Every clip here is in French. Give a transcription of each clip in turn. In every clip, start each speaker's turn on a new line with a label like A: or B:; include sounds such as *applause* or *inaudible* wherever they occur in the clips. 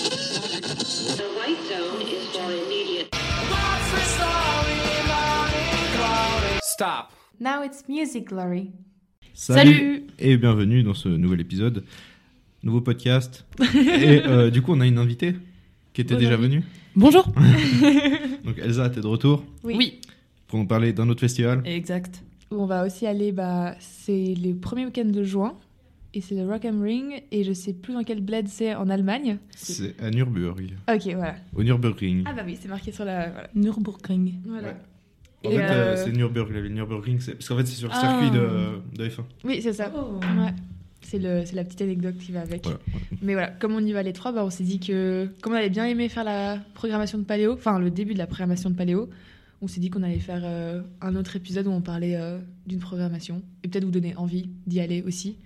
A: The white zone is for immediate.
B: Stop.
C: Now it's music glory.
D: Salut.
E: et bienvenue dans ce nouvel épisode,
D: *laughs*
E: nouveau podcast. et euh, du coup, on a une invitée qui était
D: Bonne
E: déjà
D: envie.
E: venue.
D: Bonjour.
E: *laughs* Donc Elsa, t'es de retour
D: Oui.
E: pour nous parler d'un autre festival.
D: exact. Où on va aussi aller, bah, c'est les premiers week-ends de juin et c'est le Rock am Ring et je sais plus dans quel bled c'est en Allemagne.
E: C'est à Nürburgring,
D: Ok, voilà.
E: au Nürburgring.
D: Ah bah oui, c'est marqué sur la. Voilà.
F: Nürburgring.
D: Voilà.
E: Ouais. En
D: et
E: fait, euh,
D: euh,
E: c'est Nürburgring. Le Nürburgring, c'est parce qu'en fait, c'est sur le
F: Ah.
E: circuit de, de F1.
D: Oui, c'est ça. Ouais. C'est le, c'est la petite anecdote qui va avec.
E: Voilà.
D: Mais voilà, comme on y va les trois, bah, on s'est dit que comme on avait bien aimé faire la programmation de Paléo, enfin le début de la programmation de Paléo, on s'est dit qu'on allait faire euh, un autre épisode où on parlait euh, d'une programmation et peut-être vous donner envie d'y aller aussi.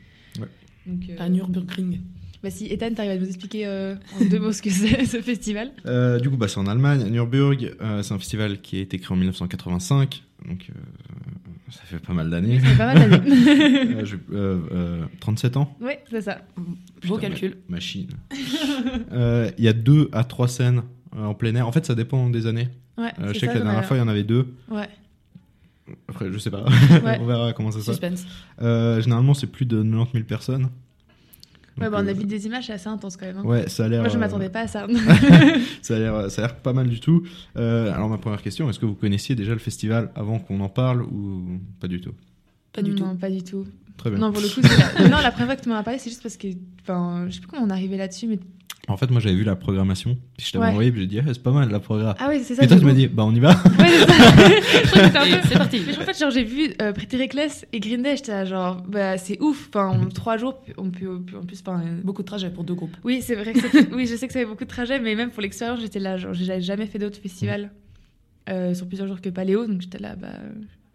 E: Ouais.
D: Donc, euh,
F: À Nürburgring.
D: Bah si, Ethan, t'arrives à nous expliquer euh, en deux mots ce que c'est ce festival
E: Euh, du coup, bah, c'est en Allemagne, à Nürburgring. Euh, c'est un festival qui a été créé en 1985, donc euh, ça fait pas
D: *laughs*
E: mal d'années.
D: *laughs* C'est pas mal d'années.
E: Euh, je- euh, euh, 37 ans
D: ouais, c'est ça.
F: Beau
E: Putain,
F: calcul.
E: ma- machine. Euh, Il y a deux à trois scènes euh, en plein air. En fait, ça dépend des années.
D: Ouais,
E: Euh,
D: c'est
E: je
D: ça,
E: sais que la
D: j'en
E: dernière
D: avais-
E: fois, il y en avait deux.
D: Ouais.
E: Après, je sais pas.
D: Ouais.
E: *laughs* On verra comment ça se passe.
F: Suspense.
E: Euh, généralement, c'est plus de 90 000 personnes.
D: Ouais,
E: Donc,
D: bah, on a
E: euh,
D: vu des images, c'est assez intense quand même. hein.
E: Ouais, ça a l'air.
D: Moi, je
E: euh,
D: m'attendais pas à ça.
E: ça a l'air, ça a l'air pas mal du tout. Euh, alors, ma première question, est-ce que vous connaissiez déjà le festival avant qu'on en parle ou *laughs* pas du tout
F: Pas du
D: non,
F: tout.
D: pas du tout.
E: Très bien.
D: Non, pour le coup, c'est
E: *laughs*
D: la... non, la première fois que tu m'en as parlé, c'est juste parce que. Enfin, je sais plus comment on est arrivé là-dessus, mais.
E: En fait, moi, j'avais vu la programmation. Puis je t'avais
D: Ouais.
E: envoyé, puis j'ai dit, Ah, c'est pas mal la programme.
D: Ah oui, c'est ça.
E: Et toi,
D: du
E: tu m'as
D: coup.
E: dit, bah, on y va.
D: Ouais, c'est ça.
E: *laughs*
D: Je crois que c'était un
F: Et
D: peu-
F: C'est parti.
D: Mais je- en fait, genre, j'ai vu euh, Pretty Reckless et Green Day, j'étais là, genre, bah, c'est ouf. Enfin, en
E: Mhm.
D: trois jours, on peut, en plus, par
F: *laughs* Beaucoup de trajets pour deux groupes.
D: Oui, c'est vrai que c'était- oui, je sais que ça avait beaucoup de trajets, mais même pour l'expérience, j'étais là, genre, j'avais jamais fait d'autres festivals euh, sur plusieurs jours que Paléo, donc j'étais là, bah,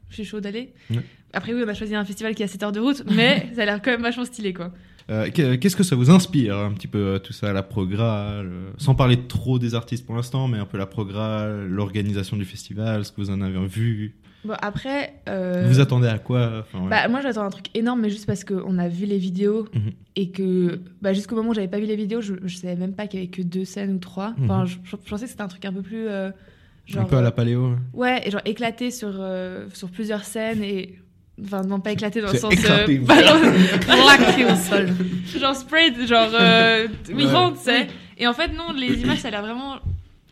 D: je suis chaud d'aller.
E: Ouais.
D: Après, oui, on a choisi un festival qui a 7 heures de route,
E: *laughs*
D: mais ça a l'air quand même vachement stylé, quoi.
E: Euh, qu'e- Qu'est-ce que ça vous inspire un petit peu euh, tout ça, la progra, le- sans parler trop des artistes pour l'instant, mais un peu la progra, l'organisation du festival, ce que vous en avez vu,
D: Bon, après. euh,
E: vous attendez à quoi enfin, ouais.
D: Bah, moi j'attends un truc énorme, mais juste parce qu'on a vu les vidéos
E: Mhm.
D: et que bah, jusqu'au moment où j'avais pas vu les vidéos, je, je savais même pas qu'il y avait que deux scènes ou trois. Enfin,
E: Mhm.
D: je, je pensais que c'était un truc un peu plus. euh,
E: Un peu à la paléo. hein.
D: Ouais, et genre éclaté sur, euh, sur plusieurs scènes et. Enfin, non, pas éclaté dans le
E: C'est
D: sens.
E: éclaté,
D: euh, *laughs* pas dans- plaqué au sol. Genre spread, genre.
E: *laughs*
D: Euh, oui,
E: Ouais.
D: rentre, tu sais. Et en fait, non, les images, ça a l'air vraiment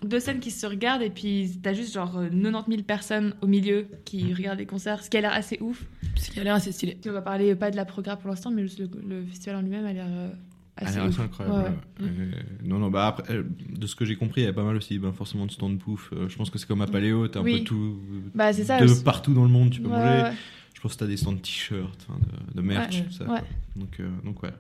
D: deux scènes qui se regardent et puis t'as juste genre euh, 90 000 personnes au milieu qui regardent les concerts, ce qui a l'air assez ouf.
F: Ce qui a l'air assez stylé.
D: On va parler euh, pas de la progra pour l'instant, mais juste le, le festival en lui-même a l'air euh,
E: Ah,
D: assez
E: c'est
D: ouf. Ouais,
E: incroyable.
D: ouais.
E: ouais. Euh, non, non, bah après, euh, de ce que j'ai compris, il y a pas mal aussi, ben, forcément, de stand bouffe. Euh, je pense que c'est comme à Paléo, t'as un
D: Oui.
E: peu tout.
D: Bah, c'est ça,
E: De
D: aussi.
E: partout dans le monde, tu peux
D: Ouais,
E: manger.
D: ouais.
E: Je pense que t'as des stands t-shirts, enfin, de, de merch,
F: Ouais,
E: tout ça.
D: ouais.
E: Donc, euh, donc, ouais.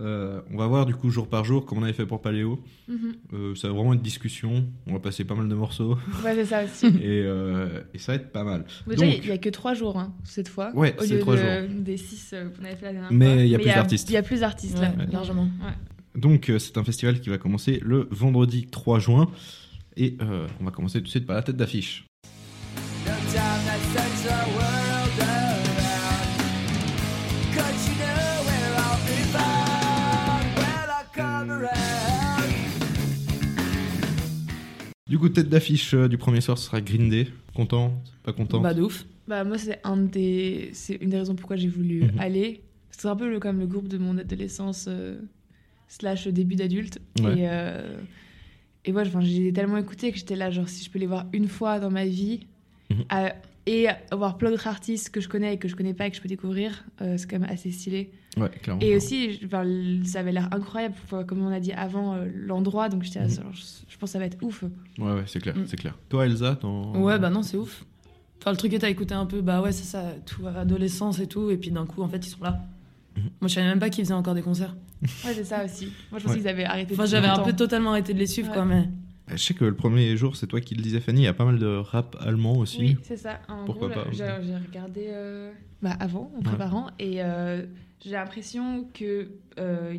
E: Euh, on va voir du coup jour par jour, comme on avait fait pour Paléo.
D: Mhm.
E: Euh, ça va vraiment être discussion. On va passer pas mal
D: *laughs*
E: de morceaux
D: Ouais, c'est ça aussi.
E: et, euh, et ça va être pas mal.
D: Mais Déjà,
E: Donc-
D: il n'y a que trois jours hein, cette fois.
E: Ouais,
D: au
E: c'est
D: lieu
E: trois
D: de-
E: jours.
D: des six euh, qu'on avait fait la dernière
E: Mais
D: fois.
E: il y a plus d'artistes.
D: Il y a plus d'artistes là.
F: Ouais, largement.
E: Donc euh, c'est un festival qui va commencer le vendredi 3 juin et euh, on va commencer tout de suite par la tête d'affiche. Du coup, tête d'affiche euh, du premier soir, ce sera Green Day. Content Pas content
F: Bah de ouf.
D: Bah, moi, c'est un des... c'est une des raisons pourquoi j'ai voulu
E: Mhm.
D: aller. C'est un peu le, comme le groupe de mon adolescence euh, slash début d'adulte.
E: Ouais.
D: Et, euh, et ouais, enfin, j'ai tellement écouté que j'étais là, genre, si je peux les voir une fois dans ma vie
E: Mhm.
D: euh, et avoir plein d'autres artistes que je connais et que je connais pas et que je peux découvrir, euh, c'est quand même assez stylé.
E: Ouais, clairement.
D: Et aussi, je- enfin, l- ça avait l'air incroyable, enfin, comme on a dit avant, euh, l'endroit. Donc, j'étais là,
E: Mhm.
D: genre, je je pense que ça va être ouf.
E: Ouais, ouais, c'est clair,
F: Mm.
E: c'est clair. Toi, Elsa, t'en...
F: Ouais, bah non, c'est ouf. Enfin, le truc est, t'as écouté un peu, bah ouais, c'est ça, tout, adolescence et tout, et puis d'un coup, en fait, ils sont là. Moi, je savais même pas qu'ils faisaient encore des concerts.
D: Ouais, c'est ça aussi. Moi, je pense
E: Ouais.
D: qu'ils avaient arrêté.
F: Enfin,
D: depuis
F: j'avais un
D: longtemps.
F: peu totalement arrêté de les suivre,
D: Ouais.
F: quoi, mais.
E: Je sais que le premier jour, c'est toi qui le disais, Fanny, il y a pas mal de rap allemand aussi.
D: Oui, c'est ça. En
E: Pourquoi
D: gros,
E: pas,
D: j'ai
E: ouais.
D: j'ai regardé euh, bah, avant, en préparant, et euh, j'ai l'impression que euh,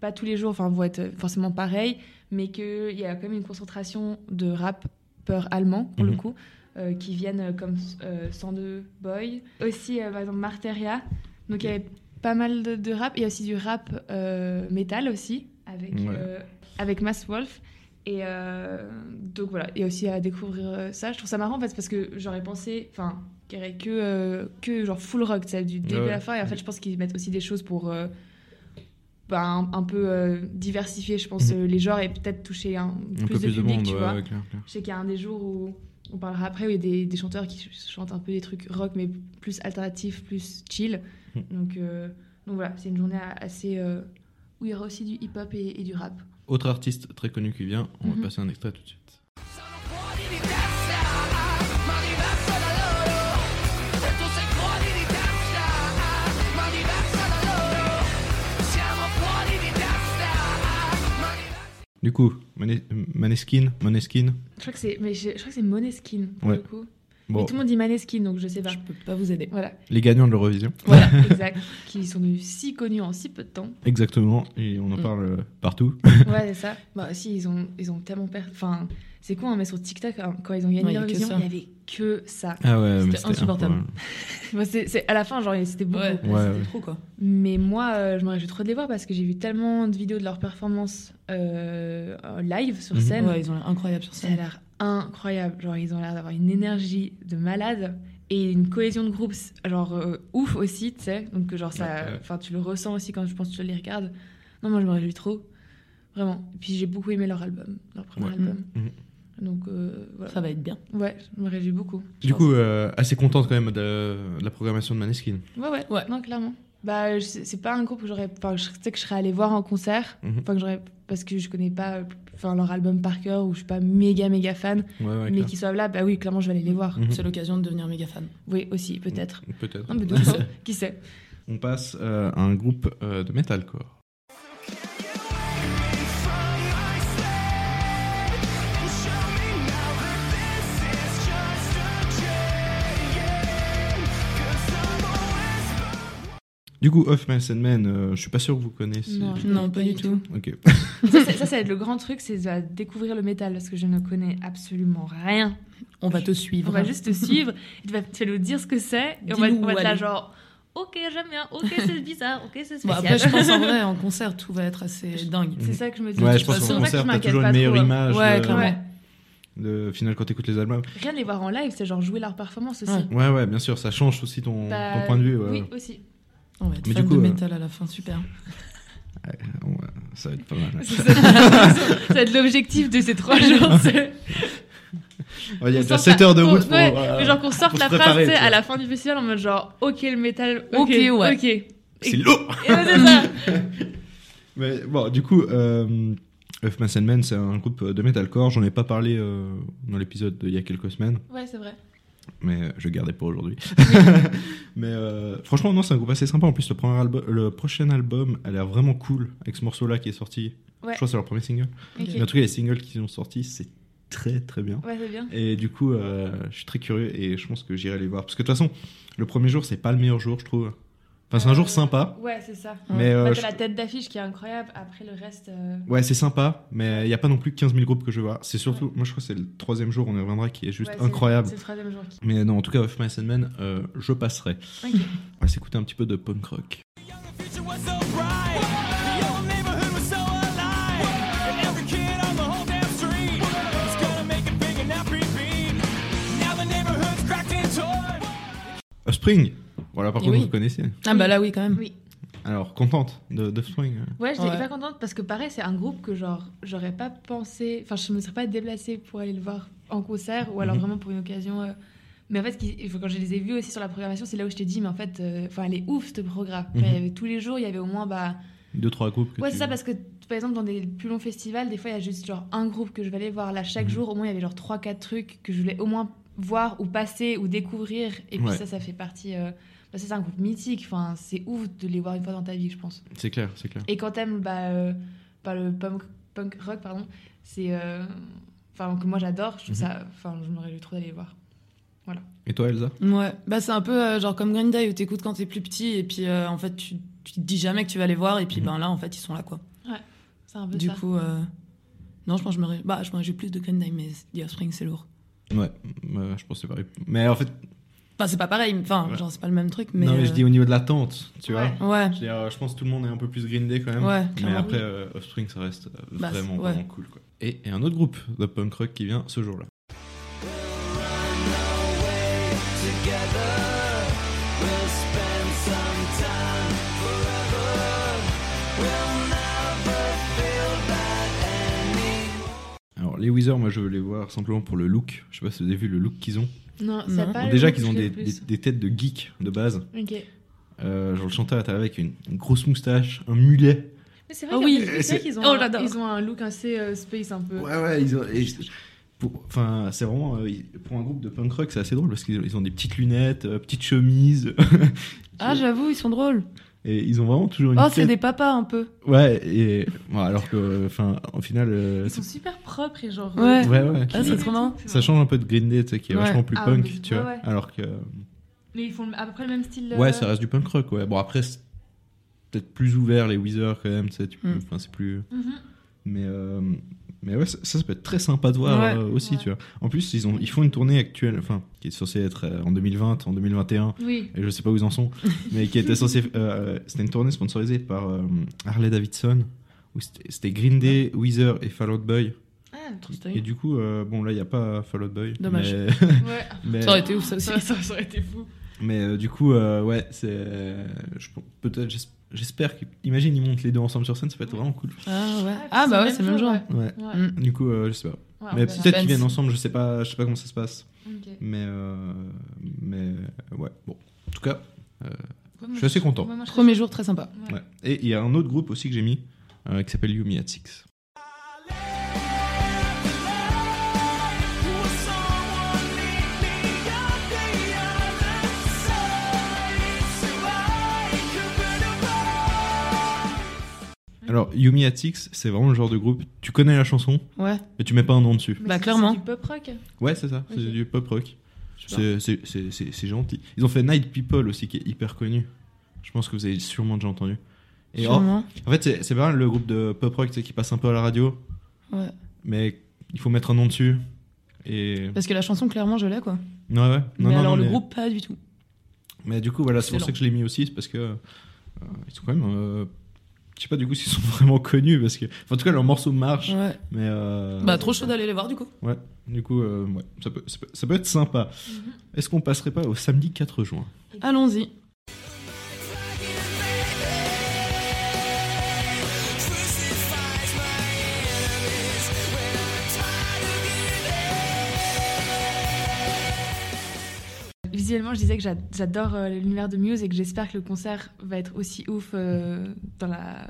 D: pas tous les jours enfin, vont être forcément pareils, mais qu'il y a quand même une concentration de rappeurs allemands, pour le
E: Mhm.
D: coup, euh, qui viennent euh, comme euh, 102 Boy. Aussi, euh, par exemple, Marteria. Donc, il y avait pas mal de, de rap. Il y a aussi du rap euh, métal aussi, avec,
E: Ouais.
D: euh, avec Mass Wolf. Et euh, donc voilà, il y a aussi à découvrir euh, ça. Je trouve ça marrant en fait parce que j'aurais pensé, enfin, qu'il y aurait que, euh, que genre full rock, tu sais, du début
E: Ouais,
D: à
E: ouais.
D: la fin. Et en fait, je pense qu'ils mettent aussi des choses pour euh, bah, un, un peu euh, diversifier, je pense,
E: Mhm.
D: euh, les genres et peut-être toucher un,
E: Un
D: plus,
E: peu plus
D: de
E: de
D: public,
E: monde,
D: tu
E: ouais,
D: vois.
E: ouais, clair, clair.
D: Je sais qu'il y a un des jours où on parlera après où il y a des, des chanteurs qui ch- chantent un peu des trucs rock mais plus alternatifs, plus chill.
E: Mm.
D: Donc, euh, donc voilà, c'est une journée a- assez euh, où il y aura aussi du hip-hop et, et du rap.
E: Autre artiste très connu qui vient, on
D: Mhm.
E: va passer un extrait tout de suite. Du coup, Mane- Maneskin, Maneskin.
D: Je crois que c'est mais je, je crois que c'est Moneskin pour
E: Ouais.
D: le coup.
E: Bon,
D: Mais tout le monde dit Maneskin donc je sais pas.
F: Je peux pas vous aider.
D: Voilà,
E: les gagnants de l'Eurovision. *laughs*
D: voilà, exact. Qui sont devenus si connus en si peu de temps.
E: Exactement, et on en
F: Mm.
E: parle euh, partout.
D: Ouais, c'est ça. Bah si, ils ont, ils ont tellement perdu. Enfin, c'est con, hein, mais sur TikTok, hein, quand ils ont gagné
F: Ouais, il y a que
D: l'Eurovision,
F: ça.
D: il n'y avait que ça.
E: Ah ouais,
F: C'était insupportable.
E: improbable.
D: Moi, c'est c'est- à la fin, genre, c'était beaucoup.
F: Ouais,
E: Ouais,
F: c'était
E: ouais.
F: trop quoi.
D: Mais moi, euh, je me réjouis trop de les voir parce que j'ai vu tellement de vidéos de leurs performances euh, en live sur
E: Mhm.
D: scène.
F: Ouais, ils ont l'air incroyables sur
D: Ça a
F: scène.
D: l'air incroyable. Genre, ils ont l'air d'avoir une énergie de malade et une cohésion de groupe, c- genre, euh, ouf aussi, tu sais. Donc, genre, ça,
E: Ouais, ouais.
D: enfin tu le ressens aussi quand je pense que tu les regardes. Non, moi, je me réjouis trop. Vraiment. Et puis, j'ai beaucoup aimé leur album, leur premier
E: Ouais.
D: album.
E: Mhm.
D: Donc, euh, voilà.
F: Ça va être bien.
D: Ouais, je me réjouis beaucoup.
E: Du coup, euh, assez contente quand même de, de la programmation de Maneskin.
D: Ouais, ouais,
F: Ouais.
D: Non, clairement. Bah, je- c'est pas un groupe que j'aurais. Enfin, je sais que je serais allée voir en concert.
E: Mhm.
D: Enfin, que j'aurais. Parce que je connais pas euh, enfin, leur album par cœur ou je suis pas méga méga fan.
E: Ouais, ouais,
D: mais
E: clair.
D: qu'ils soient là, bah oui, clairement, je vais aller les voir.
E: Mhm.
F: C'est l'occasion de devenir méga fan.
D: Oui, aussi, peut-être.
F: Mm.
E: Peut-être.
D: Non, mais de toute
F: *laughs*
D: façon, qui sait
E: On passe euh, à un groupe euh, de metalcore. Du coup, Off Mice and Men, euh, je suis pas sûr que vous connaissez.
D: Non.
F: Non, pas du tout.
D: *laughs*
E: Ok.
D: ça, c'est- ça, ça va être le grand truc, c'est de découvrir le métal parce que je ne connais absolument rien.
F: On va te suivre.
D: On va juste te suivre, et tu, vas, tu vas nous dire ce que c'est et on va,
F: Dis-nous
D: on va
F: où
D: être là,
F: aller.
D: genre. Ok, j'aime bien. Ok, c'est bizarre. Ok, c'est
F: Bon,
D: spécial.
F: Bah, après, je pense en vrai, en concert, tout va être assez dingue.
D: *laughs* C'est ça que je me dis.
E: Ouais,
D: De
E: je
D: toute
E: pense qu'en
D: façon, c'est
E: concert,
D: pour ça
E: t'as
D: que je
E: toujours une
D: m'inquiète
E: meilleure
D: pas trop, hein.
E: image
F: Ouais,
E: de,
F: clairement.
E: de- au final quand t'écoutes les albums.
D: Rien de les voir en live, c'est genre jouer leur performance aussi.
F: Ouais.
E: Ouais, ouais, bien sûr, ça change aussi ton,
D: Bah,
E: ton point de vue. ouais.
D: Oui, aussi. *laughs*
F: On va être
E: Mais
F: fan
E: du coup,
F: de
E: euh,
F: métal à la fin, super.
E: Ouais, ça va être
D: *laughs*
E: pas mal.
D: C'est ça, ça va être l'objectif de ces trois
E: *laughs*
D: jours. c'est-
E: Ouais, Il y a
D: qu'on
E: déjà
D: sorte
E: 7 heures de
D: la-
E: route
D: qu'on-
E: pour.
D: ouais,
E: euh,
D: mais genre qu'on sorte
E: pour se
D: la phrase
E: préparer,
D: tu sais,
E: tu vois.
D: à la fin du festival en mode genre ok le métal, ok,
F: Ok, ouais.
D: ok. *laughs* Et-
E: C'est lourd
D: et ouais, c'est ça.
E: Mais bon, du coup, euh, Earth, Mass and Men, c'est un groupe de metalcore. J'en ai pas parlé euh, dans l'épisode d'il y a quelques semaines,
D: Ouais, c'est vrai.
E: mais euh, je gardais pour aujourd'hui. *laughs* mais euh, franchement, non, c'est un groupe assez sympa. En plus, le, premier albu- le prochain album a l'air vraiment cool avec ce morceau-là qui est sorti.
D: Ouais.
E: Je crois que c'est leur premier single.
D: Ok.
E: Mais en tout cas, les singles qui sont sortis, c'est très très bien.
D: Ouais, c'est bien.
E: Et du coup, euh, je suis très curieux et je pense que j'irai les voir. Parce que de toute façon, le premier jour, c'est pas le meilleur jour, je trouve. Enfin, c'est un jour sympa.
D: Ouais, c'est ça.
F: Ouais.
E: Mais euh,
D: Bah,
E: je-
D: T'as la tête d'affiche qui est incroyable, après le reste. euh,
E: Ouais, c'est sympa, mais il n'y a pas non plus 15 000 groupes que je vois. C'est surtout, moi je crois que c'est le troisième jour, on y reviendra, qui est juste
D: ouais, c'est-
E: incroyable.
D: C'est le troisième jour. qui-
E: Mais non, en tout cas, Of Mice and Men, euh, je passerai.
D: Ok.
E: On va s'écouter un petit peu de punk rock. Spring Voilà, par
F: Eh
E: contre,
F: oui.
E: vous connaissez.
F: Ah bah là, oui, quand même.
D: Oui.
E: Alors, contente de, de Spring. euh.
D: Ouais, j'étais
F: Ouais.
D: hyper contente parce que pareil, c'est un groupe que genre j'aurais pas pensé, enfin je me serais pas déplacée pour aller le voir en concert ou alors
E: Mhm.
D: vraiment pour une occasion. euh, Mais en fait, ce qui- quand je les ai vus aussi sur la programmation, c'est là où je t'ai dit, mais en fait, euh, enfin, elle est ouf cette programme.
E: Mhm.
D: Enfin, il y avait tous les jours, il y avait au moins bah,
E: Deux, trois groupes que
D: ouais,
E: tu-
D: c'est ça, parce que par exemple, dans des plus longs festivals, des fois, il y a juste genre un groupe que je vais aller voir là chaque
E: Mhm.
D: jour. Au moins, il y avait genre 3-4 trucs que je voulais au moins voir ou passer ou découvrir. Et puis
E: Ouais.
D: ça, ça fait partie. euh, bah, ça, c'est un groupe mythique. Enfin, c'est ouf de les voir une fois dans ta vie, je pense.
E: C'est clair, c'est clair.
D: Et quand t'aimes bah, euh, bah, le punk, punk rock, pardon, c'est. euh, Enfin, que moi j'adore, je trouve
E: Mhm.
D: ça. Enfin, je me réjouis trop d'aller les voir.
E: Et toi, Elsa
F: Ouais, bah c'est un peu euh, genre comme Green Day où t'écoutes quand t'es plus petit et puis euh, en fait tu, tu te dis jamais que tu vas les voir et puis
E: Mhm.
F: ben là en fait ils sont là quoi.
D: C'est un peu
F: Du
D: ça.
F: coup, euh, non je pense que je me ré- bah je me réjouis plus de Green Day mais The Offspring c'est lourd.
E: Ouais, euh, je pense que c'est pareil. Mais en fait,
F: Enfin, c'est pas pareil, enfin,
E: Ouais.
F: genre, c'est pas le même truc, mais.
E: non, mais je
F: euh,
E: dis au niveau de l'attente, tu vois.
C: Ouais.
F: Ouais.
E: Je, veux dire, euh, je pense que tout le monde est un peu plus Green Day quand même.
F: Ouais,
E: mais
F: clairement,
E: après,
F: oui.
E: euh, Offspring, ça reste euh,
F: Bah, c'est-
E: vraiment,
F: ouais.
E: vraiment cool. Quoi. Et, et un autre groupe de punk rock qui vient ce jour-là. Alors, les Weezer, moi je veux les voir simplement pour le look. Je sais pas si vous avez vu le look qu'ils ont.
D: Non, ça
F: Non.
D: a pas
E: Bon,
D: le
E: déjà
D: look
E: qu'ils ont
D: le
E: des, des-
D: plus.
E: des têtes de geek de base.
D: Ok.
E: Euh, genre le chanteur est avec une, une grosse moustache, un mulet.
D: Mais c'est vrai,
F: Ah
D: qu'après,
F: oui,
D: c'est vrai
E: c'est-
D: qu'ils ont,
F: Oh,
D: un-
F: j'adore.
D: ils ont un look assez euh, space un peu.
E: Ouais, ouais, ils ont- et je- pour- Enfin, c'est vraiment. euh, ils- pour un groupe de punk rock, c'est assez drôle parce qu'ils ils ont des petites lunettes, euh, petites chemises. *laughs*
F: Ah, j'avoue, ils sont drôles.
E: et ils ont vraiment toujours une
F: Oh, c'est
E: tête.
F: des papas un peu.
E: Ouais, et. ouais, alors que. Enfin, au final. euh,
D: Ils
E: c'est-
D: sont super propres et genre. euh,
F: Ouais.
E: ouais, ouais.
F: Ah, c'est trop marrant.
E: Ça change un peu de Green Day, tu sais, qui est
F: Ouais.
E: vachement plus
D: Ah,
E: punk,
D: mais-
E: tu
D: ouais,
E: vois.
D: ouais.
E: Alors que.
D: Mais ils font le- à peu près le même style.
E: Ouais,
D: euh,
E: ça reste du punk rock, ouais. Bon, après, c'est peut-être plus ouvert, les Weezer, quand même, tu sais. tu peux-
F: Mm.
E: Enfin, c'est plus.
D: mhm.
E: Mais, euh, mais ouais, ça, ça peut être très sympa de voir
F: Ouais.
E: euh, aussi,
D: Ouais.
E: tu vois. En plus, ils, ont, ils font une tournée actuelle, enfin, qui est censée être euh, en 2020, en 2021,
D: Oui.
E: et je sais pas où ils en sont, mais qui était censée. euh, c'était une tournée sponsorisée par euh, Harley Davidson, où c'était c'était Green Day, Weezer et Fall Out Boy.
D: *laughs* Ah,
F: Trop
E: Et
F: stylé.
E: du coup, euh, bon, là, il n'y a pas Fall Out Boy.
F: Dommage.
E: Mais, *laughs*
D: ouais.
E: mais,
F: Ça aurait été ouf, ça aussi.
D: Ça, ça, ça aurait été fou.
E: mais, euh, du coup, euh, ouais, c'est. je- Peut-être, j'es- j'espère qu'ils. Imagine, ils montent les deux ensemble sur scène, ça peut être vraiment cool.
F: Ah, ouais.
D: puis
F: Ah, bah ouais,
D: le
F: c'est le même genre.
D: jour,
E: Ouais.
D: Ouais.
F: Mm.
E: Du coup, euh, je sais pas.
D: Ouais,
E: Mais
D: on verra.
E: peut-être qu'ils
F: Suspense.
E: viennent ensemble, je sais pas, je sais pas comment ça se passe.
D: Ok.
E: Mais, euh, mais euh, ouais, bon. En tout cas,
D: Ouais, moi,
E: je suis assez content.
D: ouais, moi, je-
F: Premier jour très sympa.
D: Ouais.
E: Ouais. Et il y a un autre groupe aussi que j'ai mis euh, qui s'appelle Yumi at Six.
D: Mhm.
E: Alors, Yumi at Six, c'est vraiment le genre de groupe. Tu connais la chanson,
F: Ouais.
E: mais tu mets pas un nom dessus.
D: Mais
F: Bah,
D: c'est-
F: clairement.
D: C'est du pop rock.
E: Ouais, c'est ça, c'est
D: Ok.
E: du pop rock. C'est- C'est c'est- c'est- c'est gentil. Ils ont fait Night People aussi, qui est hyper connu. Je pense que vous avez sûrement déjà entendu. Et oh,
F: Sûrement.
E: en fait, c'est- c'est pas mal le groupe de pop rock tu sais, qui passe un peu à la radio,
F: Ouais.
E: mais il faut mettre un nom dessus. Et...
F: Parce que la chanson, clairement, je l'ai, quoi.
E: Ouais, ouais. Non,
F: mais
E: non,
F: alors,
E: non,
F: le
E: mais-
F: groupe, pas du tout.
E: Mais du coup, voilà, c'est pour
F: Excellent.
E: ça que je l'ai mis aussi, c'est parce que euh, ils sont quand même. euh, je sais pas du coup s'ils sont *laughs* vraiment connus, parce que. enfin, en tout cas, leur morceau marche,
F: Ouais.
E: mais. euh,
F: Bah, trop chaud d'aller les voir, du coup.
E: Du coup, euh, ouais, ça peut, ça, peut, ça peut être sympa.
D: Mhm.
F: Mm-hmm.
E: Est-ce qu'on passerait pas au samedi 4 juin
F: Allons-y.
D: Visuellement, je disais que j'a- j'adore euh, l'univers de Muse et que j'espère que le concert va être aussi ouf euh, dans la.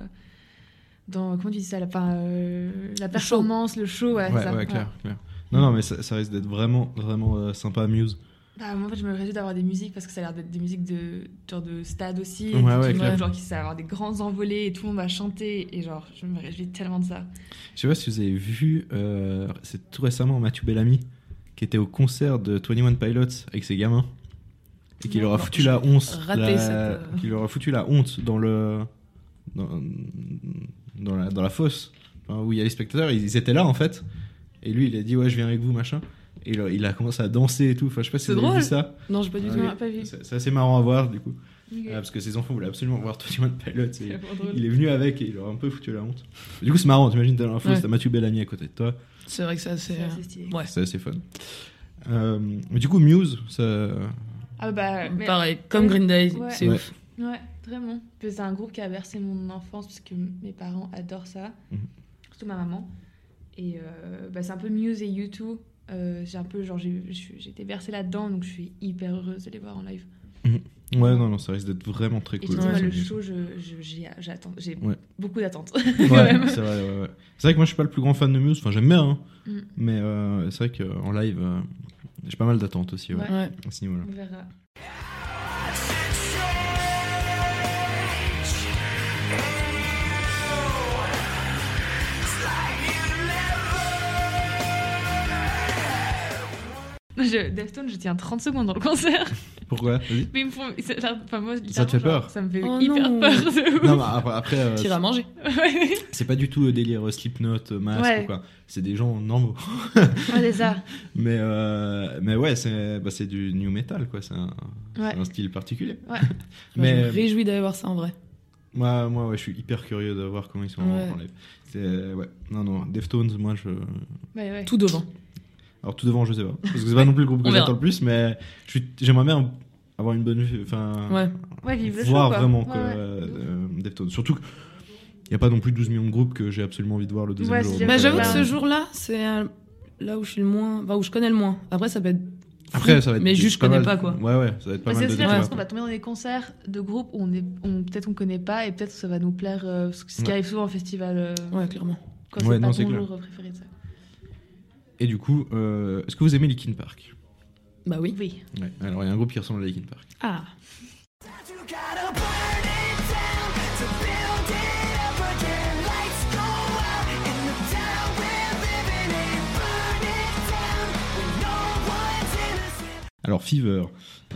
D: Dans, comment tu dis ça la, enfin, euh, la performance, le show. ouais, ça, ouais.
E: clair, clair. Non, non, mais ça, ça risque d'être vraiment, vraiment euh, sympa, Muse.
D: Bah, moi, en fait, je me réjouis d'avoir des musiques parce que ça a l'air d'être des musiques de, genre de stade aussi. et
E: Ouais,
D: tout,
E: ouais,
D: tu vois,
E: clair.
D: genre, qui ça va avoir des grands envolées et tout le monde va chanter. Et genre, je me réjouis tellement de ça.
E: Je sais pas si vous avez vu, euh, c'est tout récemment Mathieu Bellamy qui était au concert de 21 Pilots avec ses gamins et qui
F: Non,
E: leur a
F: non,
E: foutu
F: j'ai
E: la honte,
F: raté
E: la-
F: cette, euh,
E: qui leur a foutu la honte dans le dans, dans la, dans la fosse enfin, où il y a les spectateurs, ils étaient là en fait et lui il a dit ouais je viens avec vous machin et il a, il a commencé à danser et tout, enfin je sais pas si
F: C'est
E: vous avez
F: drôle.
E: vu ça,
F: Non, j'ai pas du
E: Ah
F: tout.
E: oui.
D: pas vu.
E: c'est c'est assez marrant à voir du coup
D: Ok.
E: Euh, parce que ses enfants voulaient absolument voir 21 Pilots et
D: C'est vraiment drôle.
E: il est venu avec et il leur a un peu foutu la honte. Du coup, c'est marrant, t'imagines, t'as l'info,
F: Ouais.
E: t'as Mathieu Bellamy à côté de toi.
F: C'est vrai que ça, c'est. euh,
D: C'est assez stylé.
F: Ouais.
E: C'est assez fun. Euh, mais du coup, Muse, ça.
D: Ah bah, mais-
F: Pareil, comme Green Day,
D: Ouais.
F: c'est
E: Ouais.
F: ouf.
D: Ouais, vraiment. Puis C'est un groupe qui a bercé mon enfance parce que m- mes parents adorent ça,
E: Mhm.
D: surtout ma maman. Et euh, bah, c'est un peu Muse et U2. Euh, j'ai un peu genre j'ai je suis- j'ai été bercée là-dedans donc je suis hyper heureuse de les voir en live.
E: Ouais, non, non, ça risque d'être vraiment très
D: Et
E: cool.
D: je te dis, moi,
E: Ouais.
D: le show je- je- j'ai j'attends- j'ai
E: Ouais.
D: beaucoup d'attentes.
E: Ouais, c'est vrai, ouais, ouais.
D: *laughs*
E: C'est vrai que moi, je suis pas le plus grand fan de Muse, enfin, j'aime bien, hein.
D: Mm.
E: mais euh, c'est vrai qu'en live, euh, j'ai pas mal d'attentes aussi, ouais,
D: Ouais.
F: Ouais.
E: à ce niveau-là.
D: On verra. Je, Deftone, je tiens 30 secondes dans le concert. *laughs*
E: Pourquoi Vas-y.
D: Mais ils me font. ça- ça- Enfin, moi,
E: Ça te fait
D: littéralement, genre,
E: peur
D: Ça me fait
F: Oh
D: hyper
F: non.
D: peur. de ouf.
E: Non, mais après, après, euh,
F: Tire à manger.
D: *laughs* Ouais.
E: c'est pas du tout le délire euh, Slipknot, euh, masque
D: Ouais.
E: ou quoi. C'est des gens normaux.
F: Ah,
D: Ouais, c'est ça.
E: Mais, euh, mais ouais, c'est bah, c'est du new metal, quoi. C'est un, c'est
D: Ouais.
E: un style particulier.
D: Ouais.
F: Je me
E: *laughs* Mais euh,
F: réjouis d'aller voir ça en vrai.
E: moi, moi ouais, je suis hyper curieux de voir comment ils sont
F: Ouais.
E: en live. C'est- Ouais. Non, non, Deftones, moi, je.
D: Ouais, ouais.
F: Tout devant.
E: Alors tout devant, je sais pas. Parce que
F: *laughs*
E: c'est pas non plus le groupe que
F: On verra.
E: j'attends le plus, mais je suis- j'aimerais bien avoir une bonne vue. Enfin,
F: Ouais.
D: Ouais, vive le show.
E: voir
D: quoi.
E: vraiment
D: Ouais,
E: que,
D: ouais.
E: euh, Deftones. Surtout qu'il n'y a pas non plus 12 millions de groupes que j'ai absolument envie de voir le deuxième
D: Ouais,
E: jour.
D: si
E: donc,
F: Bah,
D: J'avoue
F: j'avoue
E: euh,
F: que
D: pas.
F: ce jour-là, c'est euh, là où je suis le moins. Enfin, où je connais le moins. Après, ça peut être. fou,
E: Après, ça va être.
F: Mais juste, je connais
E: mal-
F: pas quoi.
E: Ouais, ouais, ça va être pas
D: Mais Bah,
E: mal
D: c'est
E: de
D: ça, je
E: débats.
D: pense qu'on va tomber dans des concerts de groupes où on est, on, peut-être on connaît pas et peut-être ça va nous plaire, euh, ce qui
E: Ouais.
D: arrive souvent au festival. euh,
F: Ouais, clairement.
D: Quand
E: Ouais,
D: c'est
E: non,
D: pas
E: c'est
D: ton
E: clair.
D: jour préféré de ça.
E: Et du coup, euh, est-ce que vous aimez Linkin Park
F: Bah oui.
D: Oui.
E: Ouais. Alors, il y a un groupe qui ressemble à Linkin Park.
F: Ah.
E: Alors, Fever.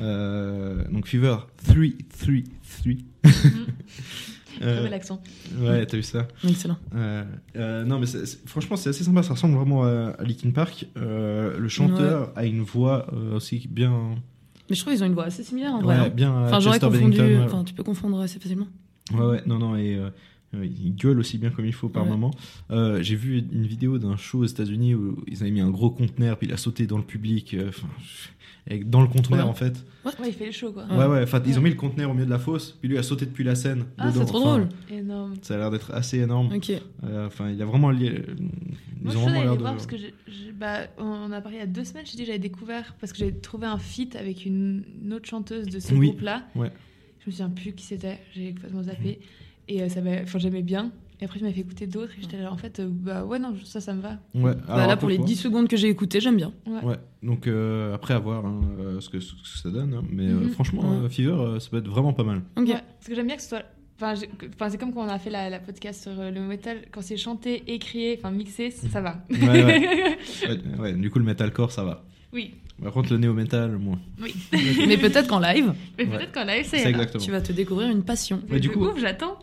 E: Euh, donc, Fever 333.
F: Mhm.
D: Très
E: *laughs* Euh,
D: bel accent.
E: ouais, t'as vu ça
F: Excellent.
E: Euh, euh, non, mais c'est- c'est- franchement, c'est assez sympa. Ça ressemble vraiment à, à Linkin Park. Euh, le chanteur a une voix euh, aussi bien,
F: Mais je trouve qu'ils ont une voix assez similaire en
E: ouais,
F: vrai. hein.
E: bien. à
F: Enfin, j'aurais
E: Chester
F: confondu.
E: Bennington, ouais.
F: Enfin, tu peux confondre assez facilement.
E: Ouais, ouais, non, non, et euh, euh, il gueule aussi bien comme il faut par
F: Ouais.
E: moment. Euh, J'ai vu une vidéo d'un show aux États-Unis où ils avaient mis un gros conteneur, puis il a sauté dans le public, euh, enfin, avec- dans le conteneur
F: Ouais.
E: en fait.
D: Ouais, il fait le show quoi.
E: Ouais, ouais, enfin, ils ont mis le conteneur au milieu de la fosse, puis lui a sauté depuis la scène.
D: Ah,
E: dedans.
F: c'est trop
E: Enfin,
F: drôle.
D: Énorme.
E: Ça a l'air d'être assez énorme.
F: Ok.
E: Euh, Enfin, il a vraiment. lié-
D: Moi,
E: Ils
D: je
E: ont
D: suis
E: vraiment
D: allée
E: l'air
D: les
E: de.
D: voir parce que j'ai- j'ai- bah, on a parlé il y a deux semaines, j'ai dit que j'avais découvert parce que j'avais trouvé un feat avec une, une autre chanteuse de ce
E: Oui,
D: groupe-là.
E: ouais. Mhm.
D: Je me souviens plus qui c'était, j'ai complètement zappé. Et euh, ça m'a- enfin, j'aimais bien. Et après, je m'avais fait écouter d'autres et j'étais là, en fait, euh, bah ouais, non, ça, ça me va.
E: Ouais,
F: Bah,
E: alors,
F: là, pour les
E: pourquoi
F: 10 secondes que j'ai écoutées, j'aime bien.
E: Ouais, donc euh, après à voir hein, euh, ce, que, ce que ça donne. hein. Mais euh,
D: Mhm.
E: franchement,
F: Ouais.
E: euh, Fever, euh, ça peut être vraiment pas mal.
F: Ok.
D: Ouais, parce que j'aime bien que ce soit. Enfin, j'ai- que- enfin, c'est comme quand on a fait la, la podcast sur euh, le metal, quand c'est chanté, écrit, enfin mixé, c- ça va.
E: Mhm. Ouais, ouais. Ouais, ouais, du coup, le metalcore, ça va.
D: *laughs* oui,
E: Par contre, le néo-metal, moins.
D: oui.
F: Mais peut-être qu'en live,
D: Mais
E: Ouais.
D: peut-être qu'on a
E: *laughs* C'est
D: essayé. hein.
E: exactement.
F: tu vas te découvrir une passion.
E: Ouais, Bah, du
D: du
E: coup-
D: coup, j'attends.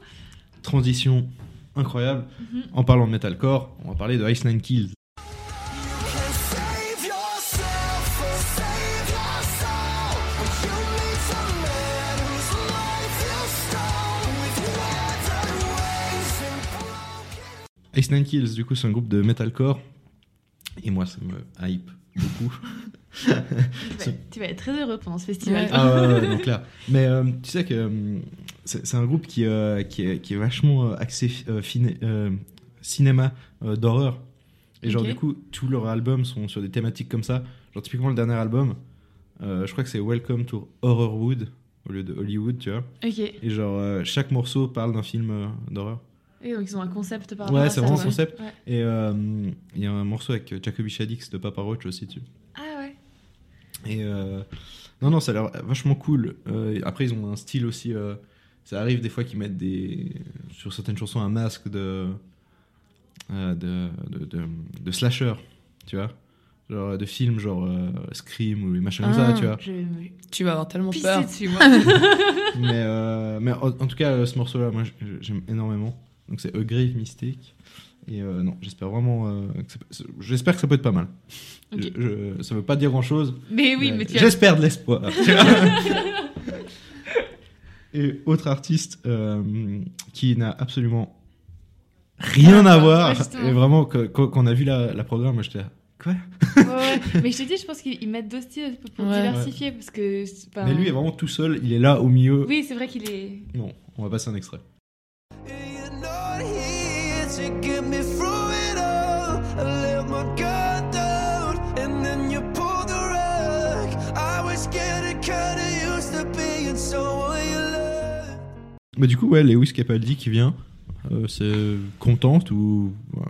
E: Transition incroyable.
D: Mhm.
E: En parlant de metalcore, on va parler de Ice Nine Kills.
B: Save yourself, save your soul. But you meet a man whose life you stole with weathered wings and broken.
E: Ice Nine Kills, du coup, c'est un groupe de metalcore. Et moi, ça me hype beaucoup.
D: Tu vas,
E: C'est-
D: tu vas être très heureux pendant ce festival.
F: Ouais.
E: ah ouais, ouais, donc là. Mais euh, tu sais que euh, c'est c'est un groupe qui, euh, qui, est, qui est vachement euh, axé euh, finé- euh, cinéma euh, d'horreur. Et genre,
D: Ok.
E: du coup, tous leurs albums sont sur des thématiques comme ça. Genre, typiquement, le dernier album, euh, je crois que c'est Welcome to Horrorwood au lieu de Hollywood, tu vois.
D: Ok.
E: Et genre, euh, chaque morceau parle d'un film euh, d'horreur.
D: Et donc ils ont un concept par
E: Ouais,
D: rapport à
E: c'est
D: ça,
E: vraiment un concept.
D: Ouais.
E: Et euh, il y a un morceau avec Jacoby Shaddix de Papa Roach aussi, tu
D: Ah ouais.
E: et euh, non, non, ça a l'air vachement cool. Euh, et après, ils ont un style aussi. euh, ça arrive des fois qu'ils mettent des, sur certaines chansons un masque de, euh, de, de, de- de slasher, tu vois. Genre de films genre euh, Scream ou les machins comme
F: Ah.
E: ça, tu vois.
D: Je vais me
F: Tu vas avoir tellement
D: pisser
F: peur.
D: dessus, moi.
E: mais euh, mais en, en tout cas, euh, ce morceau-là, moi, j- j'aime énormément. Donc c'est A Grave Mistake. Et euh, non, j'espère vraiment. euh, que ça peut- j'espère que ça peut être pas mal.
D: Ok.
E: Je- je- ça veut pas dire grand-chose,
D: mais oui,
E: Mais *laughs*
D: mais tu as...
E: J'espère
D: *laughs*
E: de l'espoir. Et autre artiste euh, qui n'a absolument rien à
D: Ouais,
E: voir,
D: justement.
E: et vraiment, que- que- qu'on a vu la, la programme, moi, j'étais là, quoi
D: Ouais, ouais. Mais je t'ai dit, je pense qu'ils ils mettent deux styles pour, pour
F: Ouais.
D: diversifier parce que. c'est pas-
E: Mais lui est vraiment tout seul, il est là au milieu.
D: Bah Oui, c'est vrai qu'il est.
E: Bon, on va passer un extrait.
B: You're not here to get me through it all. I let my guard down, and then you pulled the rug. I was getting kinda used to being someone you love.
E: Mais du coup, ouais, Lewis Capaldi qui vient, euh, c'est contente ou ouais,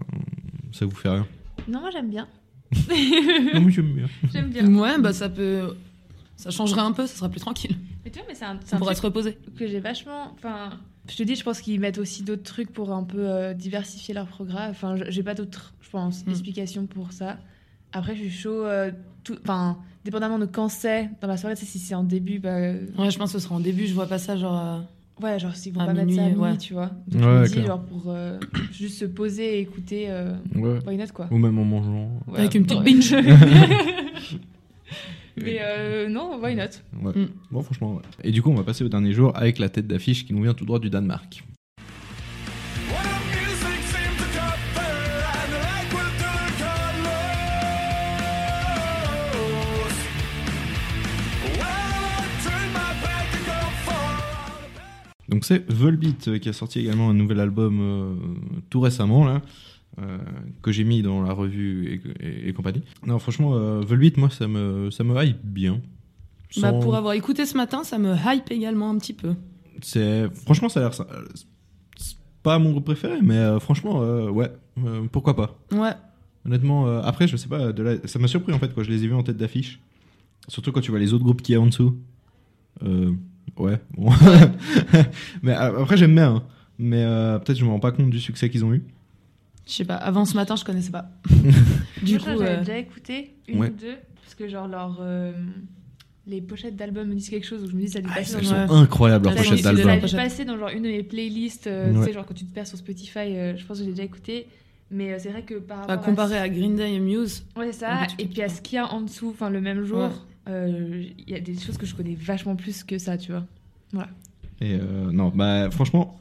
E: ça vous
D: *laughs*
E: fait rien
D: Non, moi j'aime bien. *laughs*
E: Non, mais j'aime bien.
D: j'aime bien.
F: Ouais, bah ça peut. Ça changera un peu, ça sera plus tranquille.
D: Mais tu vois, mais c'est un, c'est
F: Ça
D: un
F: pourra
D: truc
F: se reposer.
D: que j'ai vachement. Enfin, je te dis, je pense qu'ils mettent aussi d'autres trucs pour un peu euh, diversifier leur programme. Enfin, je- j'ai pas d'autres, je pense,
F: Mm.
D: explications pour ça. Après, je suis chaud, euh, tout- enfin, dépendamment de quand c'est dans la soirée, tu sais, si c'est en début, bah, euh,
F: Ouais, je pense que ce sera en début, je vois pas ça genre. euh,
D: ouais, genre s'ils vont
F: À
D: pas mettre ça à
F: minuit,
D: minuit,
F: ouais.
D: tu vois. Donc, je
E: Ouais,
D: me dis,
E: clair.
D: genre, pour euh, *coughs* juste se poser et écouter euh,
E: Ouais.
D: Why Not, quoi.
E: Ou même en mangeant.
D: Ouais,
F: Avec une
D: *laughs*
F: petite
D: ouais.
F: binge.
E: *laughs*
D: Mais euh, non, Why Not
E: Ouais.
F: Mm.
E: Bon, franchement, ouais. Et du coup, on va passer au dernier jour avec la tête d'affiche qui nous vient tout droit du Danemark.
B: What a music seems to cover, and the light will turn colors. Well, I turn my back and go for all
E: Donc c'est Volbeat euh, qui a sorti également un nouvel album euh, tout récemment là, euh, que j'ai mis dans la revue et, que- et- et compagnie. Non franchement euh, Volbeat moi ça me ça me hype bien.
F: Bah,
E: Sans-
F: pour avoir écouté ce matin, ça me hype également un petit peu.
E: C'est franchement ça a l'air ça- euh, c'est pas mon groupe préféré mais euh, franchement euh, ouais euh, pourquoi pas.
F: Ouais.
E: Honnêtement euh, après je sais pas de là, ça m'a surpris en fait quand je les ai vus en tête d'affiche. Surtout quand tu vois les autres groupes qu'il y a en dessous. Euh, ouais bon. *laughs* mais euh, après j'aime bien. hein. Mais euh, peut-être je me rends pas compte du succès qu'ils ont eu.
F: Je sais pas, avant ce matin, je connaissais
E: *laughs*
F: pas. du
D: Moi,
F: coup,
D: je crois que j'avais
F: euh,
D: déjà écouté une
E: ouais.
D: ou deux, parce que genre leur, euh, les pochettes d'albums me disent quelque chose, donc je me dis ça a dû passer
E: Elles
D: dans
E: sont
F: Ouais.
E: incroyables leurs
F: Elles sont
E: pochettes
F: difficiles
E: d'album.
F: à
D: Ça a dû
F: d'album.
D: passer dans genre une de mes playlists, euh,
E: Ouais.
D: tu sais, genre quand tu te perds sur Spotify, euh, je pense que j'ai déjà écouté. Mais euh, c'est vrai que par rapport
F: bah,
D: à-
F: comparé à Green Day et Muse,
D: Ouais, ça,
F: Ah, tu peux
D: et puis à
F: pas.
D: ce qu'il y a en dessous, enfin le même jour,
F: Ouais.
D: euh, il y a des choses que je connais vachement plus que ça, tu vois.
E: Et euh, non, bah franchement,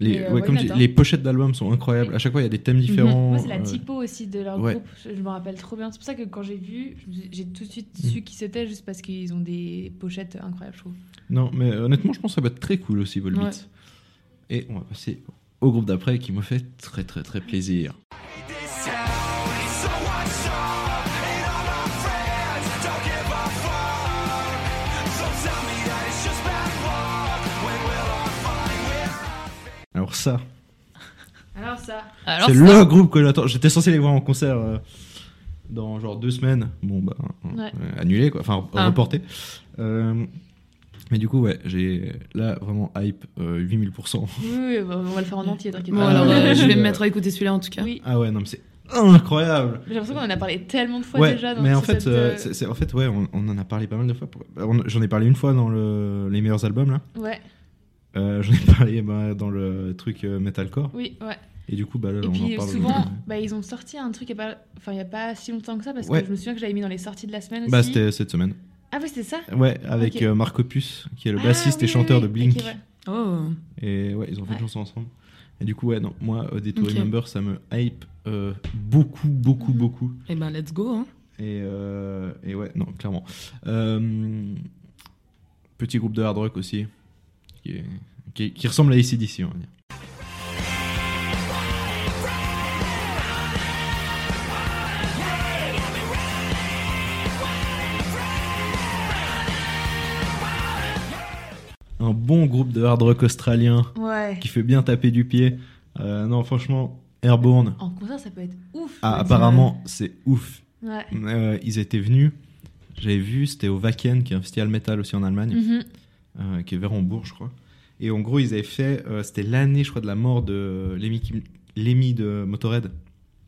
E: les,
D: Mais, euh,
E: ouais,
D: why
E: comme
D: not,
E: tu dis,
D: hein.
E: les pochettes d'albums sont incroyables. À chaque fois, il y a des thèmes différents.
D: Moi, c'est la
E: euh,
D: typo aussi de leur
E: ouais.
D: groupe, je, je me rappelle trop bien. C'est pour ça que quand j'ai vu, je me suis- j'ai tout de suite
E: Hmm.
D: su qui c'était, juste parce qu'ils ont des pochettes incroyables, je trouve.
E: Euh, Non, mais honnêtement, je pense que ça va être très cool aussi, Volbeat.
F: Ouais.
E: Et on va passer au groupe d'après qui me fait très très très plaisir.
B: This town is so much love, and all my friends don't give a fuck. So tell me that it's just bad luck. When will I find where
E: Alors, ça,
D: Alors ça,
F: alors
E: c'est
F: ça-
E: le groupe que j'attends. J'étais censé les voir en concert euh, dans genre deux semaines. Bon, bah, euh, annulé quoi. Enfin,
F: Ah.
E: reporté. Euh, mais du coup, ouais, j'ai là vraiment hype euh, 8000%.
D: oui, oui, on va- on va le faire en entier, t'inquiète
F: Bon,
D: pas.
E: Ah,
D: *laughs*
F: alors,
E: ouais,
F: euh, je vais
E: euh,
F: me mettre à écouter celui-là en tout cas.
D: Oui,
E: Ah ouais, non, mais c'est incroyable!
D: j'ai l'impression qu'on en a parlé tellement de fois
E: ouais,
D: déjà dans
E: mais en
D: ce-
E: fait,
D: cette,
E: euh,
D: euh,
E: c'est- c'est- en fait, ouais, on, on en a parlé pas mal de fois. Pour- bah, on- J'en ai parlé une fois dans le, les meilleurs albums là.
D: Ouais,
E: Euh, J'en ai *laughs* parlé bah, dans le truc euh, metalcore.
D: oui, ouais.
E: Et du coup, bah, là,
D: Et
E: on
D: puis
E: en parle.
D: souvent, bah, ils ont sorti un truc il n'y a, pas- enfin, il y a pas si longtemps que ça, parce
E: Ouais.
D: que je me souviens que j'avais mis dans les sorties de la semaine aussi.
E: Bah, c'était cette semaine.
D: ah oui, c'était ça
E: Ouais, avec
D: Ok.
E: euh, Marc Opus, qui est le
D: Ah,
E: bassiste
D: oui,
E: et
D: oui,
E: chanteur
D: oui.
E: de Blink.
D: Ok, ouais.
F: Oh,
E: Et ouais, ils ont fait
D: Ouais.
E: une chanson ensemble. Et du coup, ouais, non, moi, euh, Day to
F: Ok.
E: Remember, ça me hype euh, beaucoup, beaucoup,
D: Mhm.
E: beaucoup.
F: et ben let's go. Hein.
E: Et, euh, et ouais, non, clairement. Euh, petit groupe de hard rock aussi, qui, est- qui, qui ressemble à ACDC, on va dire. Un bon groupe de hard rock australien
D: Ouais.
E: qui fait bien taper du pied. Euh, non, franchement, Airborne.
D: En concert, ça peut être ouf.
E: Ah,
D: je veux dire.
E: apparemment, c'est ouf.
D: Ouais.
E: Euh, ils étaient venus, j'avais vu, c'était au Wacken, qui est un festival métal aussi en Allemagne,
D: Mhm.
E: euh, qui est vers Hambourg, je crois. Et en gros, ils avaient fait, euh, c'était l'année, je crois, de la mort de Lemmy, Kim- Lemmy de Motorhead.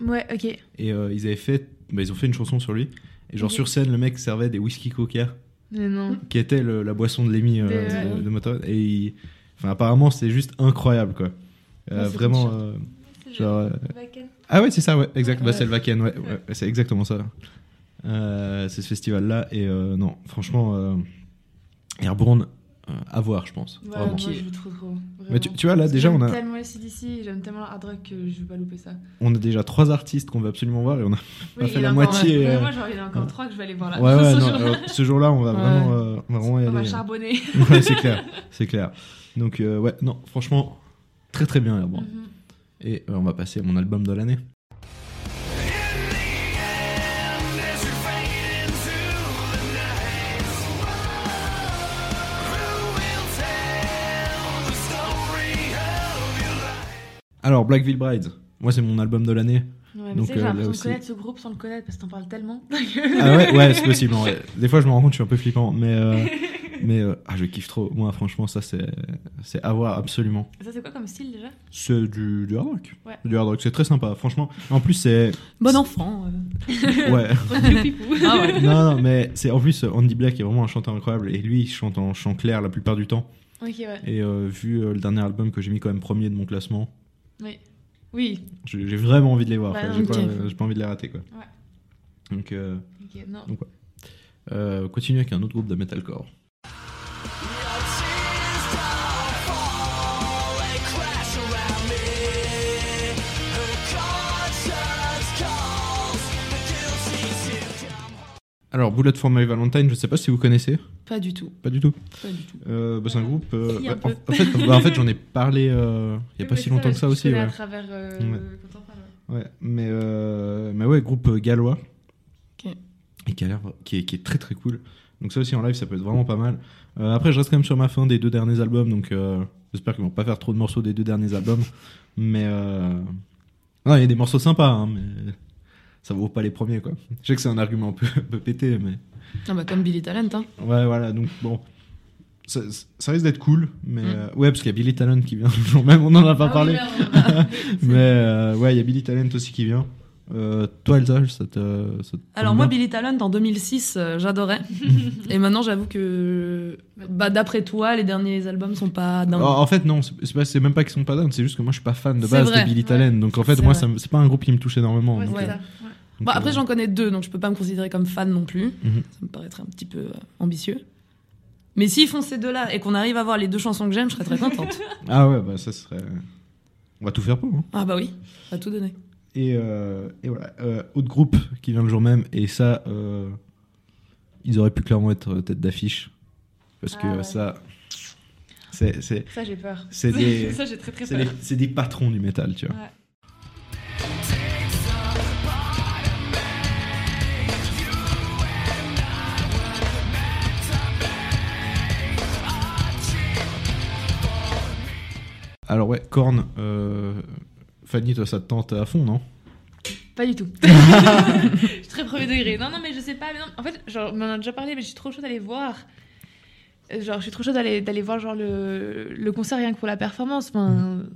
D: Ouais, ok.
E: Et euh, ils avaient fait, bah, ils ont fait une chanson sur lui. Et genre
D: Ok.
E: sur scène, le mec servait des whisky coca,
D: Mais non.
E: qui était le- la boisson de Lemmy euh,
D: Des-
E: de, de Motorhead. Et il- enfin, apparemment, c'est juste incroyable, quoi. Euh,
D: Ouais, c'est
E: vraiment.
D: trop
E: euh, genre, euh, Ah ouais, c'est ça, ouais, exact. Bah, c'est le Wacken, ouais, ouais, c'est exactement ça. Euh, c'est ce festival-là. Et euh, non, franchement, euh, Airborne, euh, à voir, je pense.
D: Ouais,
E: vraiment.
D: moi, je veux trop, trop.
E: Mais tu, tu vois, là, déjà, on
D: j'aime
E: a,
D: tellement les CDC, j'aime tellement le hard rock que je vais pas louper ça.
E: on a déjà trois artistes qu'on va absolument voir et on a
D: Oui,
E: fait
D: il y
E: la
D: en a
E: moitié,
D: encore-
E: euh,
D: Ouais, moi, genre, il y en a encore trois que je vais aller voir là.
E: Ouais,
D: *laughs*
E: ouais,
D: Bah, Ce
E: non,
D: jour-là.
E: euh, ce jour-là, on va
F: Ouais.
E: vraiment, euh, on va vraiment y
D: On va
E: aller.
D: charbonner. *laughs*
E: Ouais, c'est clair, c'est clair. Donc, euh, ouais, non, franchement, très très bien Airborne.
D: Mhm.
E: Et euh, on va passer à mon album de l'année.
B: As you fade into the night, who will tell the story of your life?
E: Alors, Blackville Brides, moi, c'est mon album de l'année.
D: Ouais, mais
E: Donc,
D: tu sais, j'ai
E: euh, là
D: l'impression de
E: aussi-
D: connaître ce groupe sans le connaître parce que t'en parles tellement. *laughs* euh,
E: Ah ouais, ouais, c'est possible. ouais. Des fois, je me rends compte, je suis un peu flippant, mais euh, mais euh, ah, je kiffe trop. Moi, franchement, ça c'est c'est à voir absolument.
D: Ça, c'est quoi comme style *laughs* déjà
E: C'est du, du hard rock.
D: Ouais. *laughs*
E: Du hard rock, c'est très sympa. Franchement, en plus c'est
F: Bon enfant. euh.
E: Ouais.
D: Revenez au pipou.
F: Ah
D: *laughs*
F: ouais.
E: *laughs* non, non, mais c'est en plus Andy Black est vraiment un chanteur incroyable et lui il chante en chant clair la plupart du temps.
D: Ok, ouais.
E: Et euh, vu euh, le dernier album que j'ai mis quand même premier de mon classement,
D: Oui.
E: j'ai j'ai vraiment envie de les voir.
D: Bah
E: quoi.
D: non,
E: j'ai pas,
F: ok.
E: euh, j'ai pas envie de les rater quoi. Donc euh,
D: Ok, non.
E: euh, continue avec un autre groupe de metalcore. Alors Bullet for My Valentine, je sais pas si vous connaissez,
F: Pas du tout.
E: pas du tout.
F: Pas du tout.
E: Euh, bah, c'est un groupe. euh,
D: Si, un
E: ouais, en,
D: peu.
E: en fait, bah, en fait,
D: *laughs*
E: j'en ai parlé euh, il y a pas si longtemps que ça aussi.
D: À
E: Ouais.
D: travers. euh,
E: Ouais.
D: quand on parle, ouais.
E: Ouais, mais, euh, mais ouais, groupe euh, gallois.
F: Ok.
E: Et qui, a l'air- qui, est, qui est très très cool. Donc ça aussi en live, ça peut être vraiment pas mal. Euh, après, je reste quand même sur ma fin des deux derniers albums, donc euh, j'espère qu'ils vont pas faire trop de morceaux des deux derniers albums. Mais euh, non, il y a des morceaux sympas, hein, mais ça vaut pas les premiers quoi. Je sais que c'est un argument un peu, *laughs* un peu pété, mais
F: Non, bah, comme Billy Talent, hein.
E: ouais, voilà. Donc bon, ça, ça risque d'être cool, mais
F: Mm.
E: euh, ouais, parce qu'il y a Billy Talent qui vient *laughs* le jour même. On en a pas
D: Ah oui,
E: parlé.
D: merde, on en a parlé.
E: Mais euh, ouais, il y a Billy Talent aussi qui vient. Euh, toi, Elsa, ça te. ça te
F: Alors moi,
E: convient
F: Billy Talent, en 2006,
D: *laughs*
F: euh, j'adorais. Et maintenant, j'avoue que, bah, d'après toi, les derniers albums sont pas dingues.
E: Oh, En en fait, non, c'est c'est pas- c'est même pas qu'ils sont pas dingues, c'est juste que moi je suis pas fan de
F: C'est
E: base
F: vrai,
E: de Billy
D: ouais.
E: Talent. Donc en fait,
F: C'est
E: moi,
F: vrai.
E: ça me- c'est pas un groupe qui me touche énormément.
D: Ouais,
E: donc,
D: c'est
E: euh,
D: ça. Ouais.
E: donc,
F: Bah,
E: euh,
F: après, j'en connais deux, donc je peux pas me considérer comme fan non plus.
E: Mhm.
F: Ça me paraîtrait un petit peu euh, ambitieux. Mais s'ils font ces deux-là et qu'on arrive à voir les deux chansons que j'aime, je serais
D: *laughs*
F: très contente.
E: Ah ouais, bah ça serait. On va tout faire pour. hein.
F: ah bah oui, à tout donner.
E: Et, euh, et voilà. Euh, autre groupe qui vient le jour même, et ça, euh, ils auraient pu clairement être euh, tête d'affiche. Parce que
D: Ah ouais.
E: ça. C'est c'est-
D: Ça, j'ai peur.
E: c'est
D: *laughs*
E: des,
D: Ça, j'ai très très
E: c'est
D: peur.
E: des, c'est des patrons du métal, tu vois.
D: Ouais.
E: Alors ouais, Korn, euh, Fanny, toi ça te tente à fond, non
D: Pas du tout. je suis très premier degré. Non, non, mais je sais pas. mais non. En fait, genre, on en a déjà parlé, mais je suis trop chaude d'aller voir. Euh, Genre, je suis trop chaude d'aller d'aller voir genre le, le concert rien que pour la performance. Enfin,
E: Mm.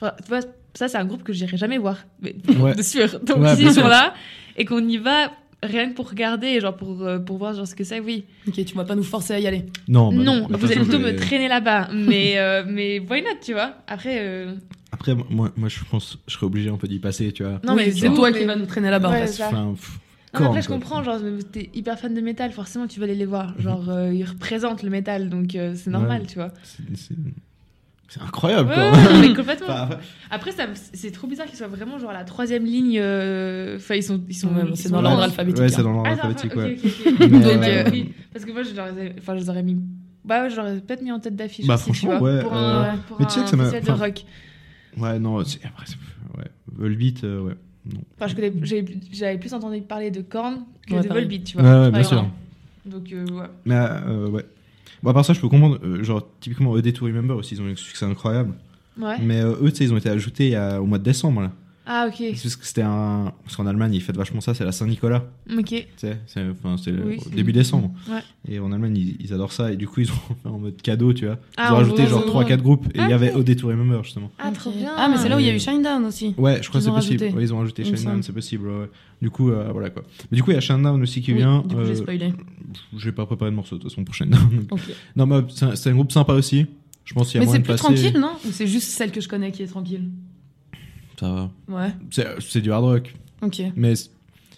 D: enfin, tu vois, ça, c'est un groupe que j'irai jamais voir, mais
E: Ouais.
D: *laughs* de sûr. Donc,
E: Ouais, bien
D: s'ils
E: sûr.
D: sont là et qu'on y va rien que pour regarder, genre pour, euh, pour voir genre, ce que c'est, oui.
F: Ok, tu vas pas nous forcer à y aller.
E: Non, bah
D: non, vous
E: mais de toute
D: allez
E: façon,
D: plutôt
E: je
D: me
E: vais-
D: traîner là-bas. Mais, euh, mais why not, tu vois Après, euh,
E: Après, moi, moi je pense que je serais obligé un peu d'y passer, tu vois.
D: non,
F: Oui,
D: mais
F: c'est
D: ouf,
F: toi
D: mais-
F: qui vas nous traîner là-bas. en
D: Ouais,
F: fait.
D: c'est ça.
E: Enfin, pff,
D: Non, mais après,
E: Korn,
D: je
E: quoi.
D: comprends, genre, mais t'es hyper fan de métal, forcément, tu vas aller les voir. Genre, euh, ils représentent le métal, donc euh, c'est normal,
E: Ouais. Ah,
D: tu vois.
E: C'est- C'est c'est incroyable,
D: Ouais,
E: quoi.
D: ouais, non,
E: *laughs*
D: mais complètement.
E: Enfin, après-
D: Après, ça me- c'est trop bizarre qu'ils soient vraiment, genre, la troisième ligne. euh, Enfin, ils sont. Ils sont
F: Ouais,
D: ils
F: c'est
D: sont
F: dans
D: lents.
F: l'ordre alphabétique.
E: Ouais, c'est
F: hein.
E: dans l'ordre
D: Ah,
E: alphabétique, ouais.
D: ok, ok, ok.
E: *laughs* Mais,
D: Donc,
E: euh,
D: euh, oui, parce que moi, je leur ai- enfin, je les aurais mis. Bah, ouais, je leur ai peut-être mis en tête d'affiche.
E: Bah,
D: aussi, tu
E: franchement,
D: vois,
E: ouais,
D: Pour
E: euh,
D: un, pour
E: mais tu sais
D: un
E: que ça m'a-
D: festival de
E: enfin-
D: rock.
E: Ouais, non, c'est- après, c'est- ouais. Volbeat, euh, ouais. Non.
D: Enfin, je connais- j'ai- j'avais plus entendu parler de Korn que
F: Ouais,
D: de
F: pareil.
D: Volbeat, tu
E: Ouais, ouais,
D: vois.
E: bien sûr.
D: Voilà. Donc, euh, ouais.
E: Mais euh, ouais. Bon, à part ça, je peux comprendre. euh, genre, typiquement, ED to Remember aussi, ils ont eu un succès incroyable.
D: Ouais.
E: Mais euh, eux, tu sais, ils ont été ajoutés il y a- au mois de décembre, là.
D: Ah, ok.
E: C'est Parce que c'était un. Parce qu'en Allemagne, ils fêtent vachement ça, c'est la Saint-Nicolas.
D: Ok.
E: Tu sais, c'est enfin, c'est le-
D: Oui,
E: euh, au
D: c'est-
E: début décembre.
D: Ouais.
E: Et en Allemagne, ils, ils adorent ça. Et du coup, ils ont *laughs* fait en mode cadeau, tu vois. Ils
D: Ah,
E: ont
D: on
E: rajouté
D: voit,
E: genre
D: on
E: 3-4 groupes. Et il y
D: Ah,
E: avait Au Détour Remember, justement.
D: Ah, trop
F: Ok.
D: bien.
F: Ah, mais c'est là où il y a eu
E: Euh,
F: Shinedown aussi.
E: Ouais, je crois
F: Ils
E: que c'est
F: ont
E: possible.
F: rajouté.
E: Ouais, ils ont rajouté
F: Il me
E: Shinedown,
F: semble.
E: c'est possible. ouais, ouais. Du coup, euh, voilà quoi. Mais du coup, il y a Shinedown aussi qui
F: Oui,
E: vient.
F: Du coup, j'ai
E: euh,
F: spoilé.
E: je vais pas préparer de morceau de toute façon pour Shinedown.
F: Ok.
E: *laughs* non, mais c'est un, c'est un groupe sympa aussi. Je pense qu'il y a
F: Mais
E: moyen
F: c'est
E: de
F: plus
E: passer.
F: tranquille, non Ou c'est juste celle que je connais qui est tranquille
E: Ça va.
F: Ouais.
E: C'est- C'est du hard rock.
F: Ok.
E: Mais c'est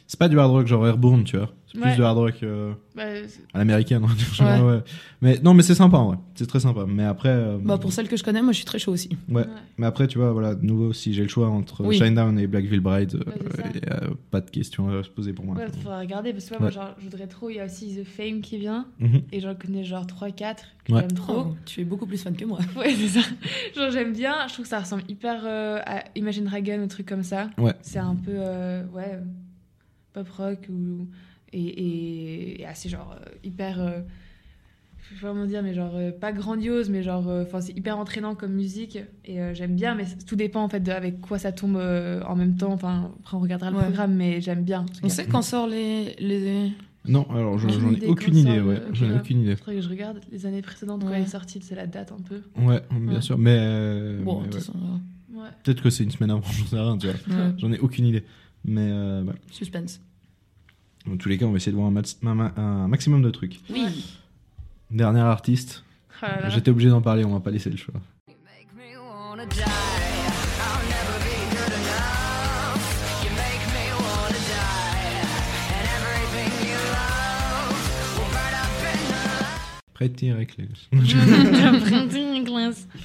E: c'est pas du hard rock genre Airborne, tu vois. C'est plus
D: Ouais.
E: du hard rock. euh,
D: Bah, c'est-
E: à l'américaine. *laughs* on va dire, genre, ouais. Mais non, mais c'est sympa en vrai. C'est très sympa. Mais après, euh,
F: Bah, pour celle que je connais, moi, je suis très chaud aussi.
E: ouais. Mais après, tu vois, voilà, de nouveau, si j'ai le choix entre
F: Oui.
E: Shinedown et Blackville Bride, euh,
D: Ouais, c'est ça.
E: il y a pas de question à se poser pour moi.
D: Ouais, faudra regarder parce que ouais, moi,
E: Ouais.
D: genre, je voudrais trop. Il y a aussi The Fame qui vient
E: Mhm.
D: et j'en connais genre 3-4 que
E: Ouais.
D: j'aime trop.
F: Oh, tu es beaucoup plus fan que moi.
D: Ouais, c'est ça. Genre, j'aime bien. Je trouve que ça ressemble hyper euh, à Imagine Dragon, un truc comme ça.
E: Ouais.
D: C'est un peu, euh, ouais, euh, pop rock ou. Et, et, et assez genre euh, hyper. euh, je sais pas comment dire, mais genre euh, pas grandiose, mais genre. euh, Enfin, c'est hyper entraînant comme musique et euh, j'aime bien, mais tout dépend en fait de avec quoi ça tombe euh, en même temps. Enfin, après, on regardera le
F: Ouais.
D: programme, mais j'aime bien.
F: On sait quand sort les. les...
E: Non, alors je-
D: Aucune
E: j'en ai
D: idée
E: aucune
D: quand
E: idée.
D: ça,
E: Ouais.
D: euh,
E: J'en ai
D: ok.
E: aucune idée.
D: Faudrait que je regarde les années précédentes quand
F: Ouais.
D: elle est sortie, c'est la date un peu.
E: Ouais, bien
F: Ouais.
E: sûr. Mais, euh,
F: Bon,
E: mais
F: de toute
E: ouais.
F: façon, euh,
D: Ouais.
E: *laughs* peut-être que c'est une semaine avant, j'en sais rien, tu vois.
F: Ouais.
E: J'en ai aucune idée. Mais euh, ouais.
F: Suspense.
E: Dans tous les cas, on va essayer de voir un, mat- un ma- un maximum de trucs.
F: Oui.
E: Dernier artiste,
F: Oh
D: Ah là là.
E: j'étais obligé d'en parler, on m'a pas laissé le choix.
G: Make me wanna die. I'll never be good enough. You make me wanna die. And everything you love will burn up in the
E: Pretty Reckless.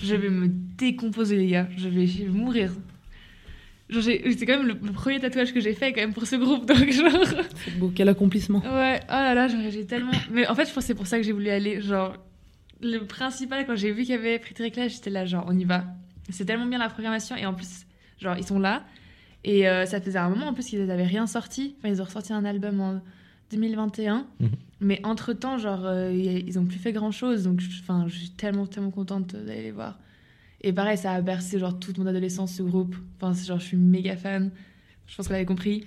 D: Je vais me décomposer, les gars. Je vais, je vais mourir. Genre, j'ai- c'est quand même le, le premier tatouage que j'ai fait, quand même, pour ce groupe. Donc, genre.
F: C'est beau, quel accomplissement.
D: Ouais, oh là là, j'aurais- j'ai tellement. Mais en fait, je pense que c'est pour ça que j'ai voulu aller. Genre, le principal, quand j'ai vu qu'il y avait Pretty Reckless, j'étais là, genre, on y va. C'est tellement bien la programmation. Et en plus, genre, ils sont là. Et euh, ça faisait un moment en plus qu'ils n'avaient rien sorti. Enfin, ils ont ressorti un album en 2021.
E: Mhm.
D: Mais entre temps, genre, euh, y a- ils ont plus fait grand chose. Donc, je- enfin, je suis tellement, tellement contente d'aller les voir. Et pareil, ça a bercé, genre, toute mon adolescence, ce groupe. Enfin, c'est genre, je suis méga fan. Je pense que vous l'avez compris.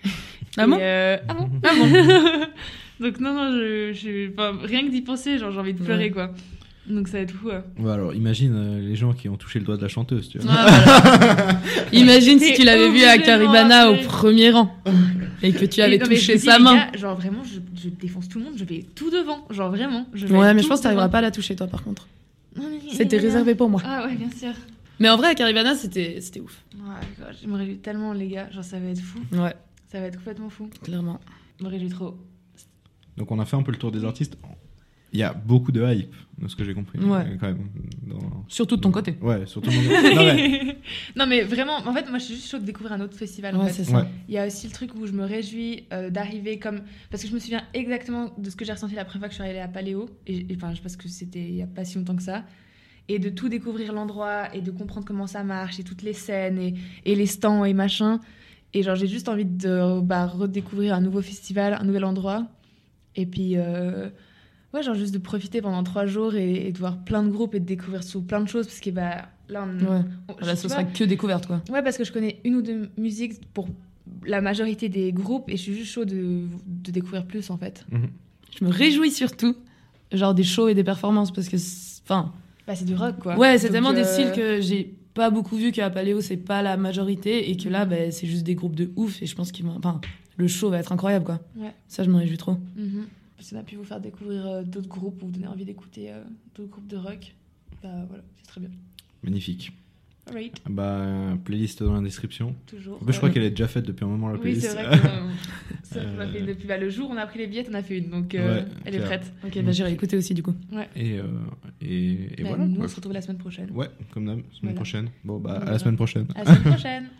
F: Ah bon
D: Et, euh, Ah bon Ah bon *laughs* Donc, non, non, je, je- enfin, rien que d'y penser, genre, j'ai envie de pleurer,
F: Ouais.
D: quoi. Donc, ça va être fou. ouais.
E: Ouais, alors imagine euh, les gens qui ont touché le doigt de la chanteuse, tu vois.
F: *laughs* Imagine si
D: T'es
F: tu l'avais vu
D: obligé
F: à
D: de m'en
F: Caribana au
D: rappeler.
F: premier rang Oh et que tu
D: Et
F: avais
D: non, mais je
F: touché
D: te dis,
F: sa
D: les
F: main.
D: gars, genre vraiment, je, je défonce tout le monde, je vais tout devant. Genre vraiment. Je vais
F: Ouais, mais je
D: tout
F: pense que t'arriveras
D: devant.
F: pas à la toucher, toi, par contre.
D: Non, mais-
F: C'était réservé pour moi.
D: Ah ouais, bien sûr.
F: Mais en vrai, à Caribana, c'était c'était ouf.
D: Ouais, God, je me réjouis tellement, les gars. Genre, ça va être fou.
F: Ouais,
D: Ça va être complètement fou.
F: clairement.
D: Je me réjouis trop.
E: Donc on a fait un peu le tour des artistes. Il y a beaucoup de hype, de ce que j'ai compris.
F: Ouais.
E: euh, Quand même, dans-
F: Surtout de ton côté.
E: Ouais, surtout. mon-
D: *laughs*
E: Non, ouais.
D: non, mais vraiment, en fait, moi, je suis juste chaude de découvrir un autre festival. en
F: Ouais,
D: fait.
F: c'est ça.
E: Ouais.
D: Il y a aussi le truc où je me réjouis euh, d'arriver comme. Parce que je me souviens exactement de ce que j'ai ressenti la première fois que je suis allée à Paléo. Et, et enfin, je pense que c'était il n'y a pas si longtemps que ça. Et de tout découvrir l'endroit et de comprendre comment ça marche et toutes les scènes et, et les stands et machin. Et genre, j'ai juste envie de bah, redécouvrir un nouveau festival, un nouvel endroit. Et puis. euh, Ouais, genre juste de profiter pendant trois jours et, et de voir plein de groupes et de découvrir sous plein de choses parce que bah, là, on,
F: Ouais. Ah,
D: on- je
F: Là,
D: sais
F: ce
D: pas.
F: sera que découverte, quoi.
D: Ouais, parce que je connais une ou deux musiques pour la majorité des groupes et je suis juste chaud de, de découvrir plus en fait.
F: Je me réjouis surtout, genre des shows et des performances, parce que. c'est- Enfin.
D: Bah, c'est du rock quoi.
F: Ouais, c'est
D: Donc,
F: tellement
D: euh,
F: des styles que j'ai pas beaucoup vu qu'à Paléo, c'est pas la majorité, et que là, bah, c'est juste des groupes de ouf, et je pense qu'ils vont. Enfin, le show va être incroyable, quoi.
D: Ouais.
F: Ça, je m'en réjouis trop.
D: mhm. Si on a pu vous faire découvrir euh, d'autres groupes ou vous donner envie d'écouter euh, d'autres groupes de rock, bah voilà, c'est très bien.
E: Magnifique.
D: Alright,
E: Bah, playlist dans la description.
D: toujours. Euh,
E: En plus, Bah, je crois qu'elle est déjà faite depuis un moment la
D: Oui,
E: playlist.
D: c'est vrai que.
E: *laughs*
D: euh, c'est vrai qu'on a
E: Euh,
D: fait une depuis bah, le jour où on a pris les billets, on a fait une donc euh,
E: Ouais,
D: elle est
E: clair.
D: prête.
F: Ok, bah, j'irai écouter aussi, du coup.
E: et euh, et, et
D: Bah,
E: voilà.
D: nous, on
E: quoi.
D: se retrouve la semaine prochaine.
E: Ouais, comme d'hab, semaine
D: Voilà.
E: prochaine. Bon, bah, à
D: Voilà.
E: la semaine prochaine. *laughs*
D: À la semaine prochaine!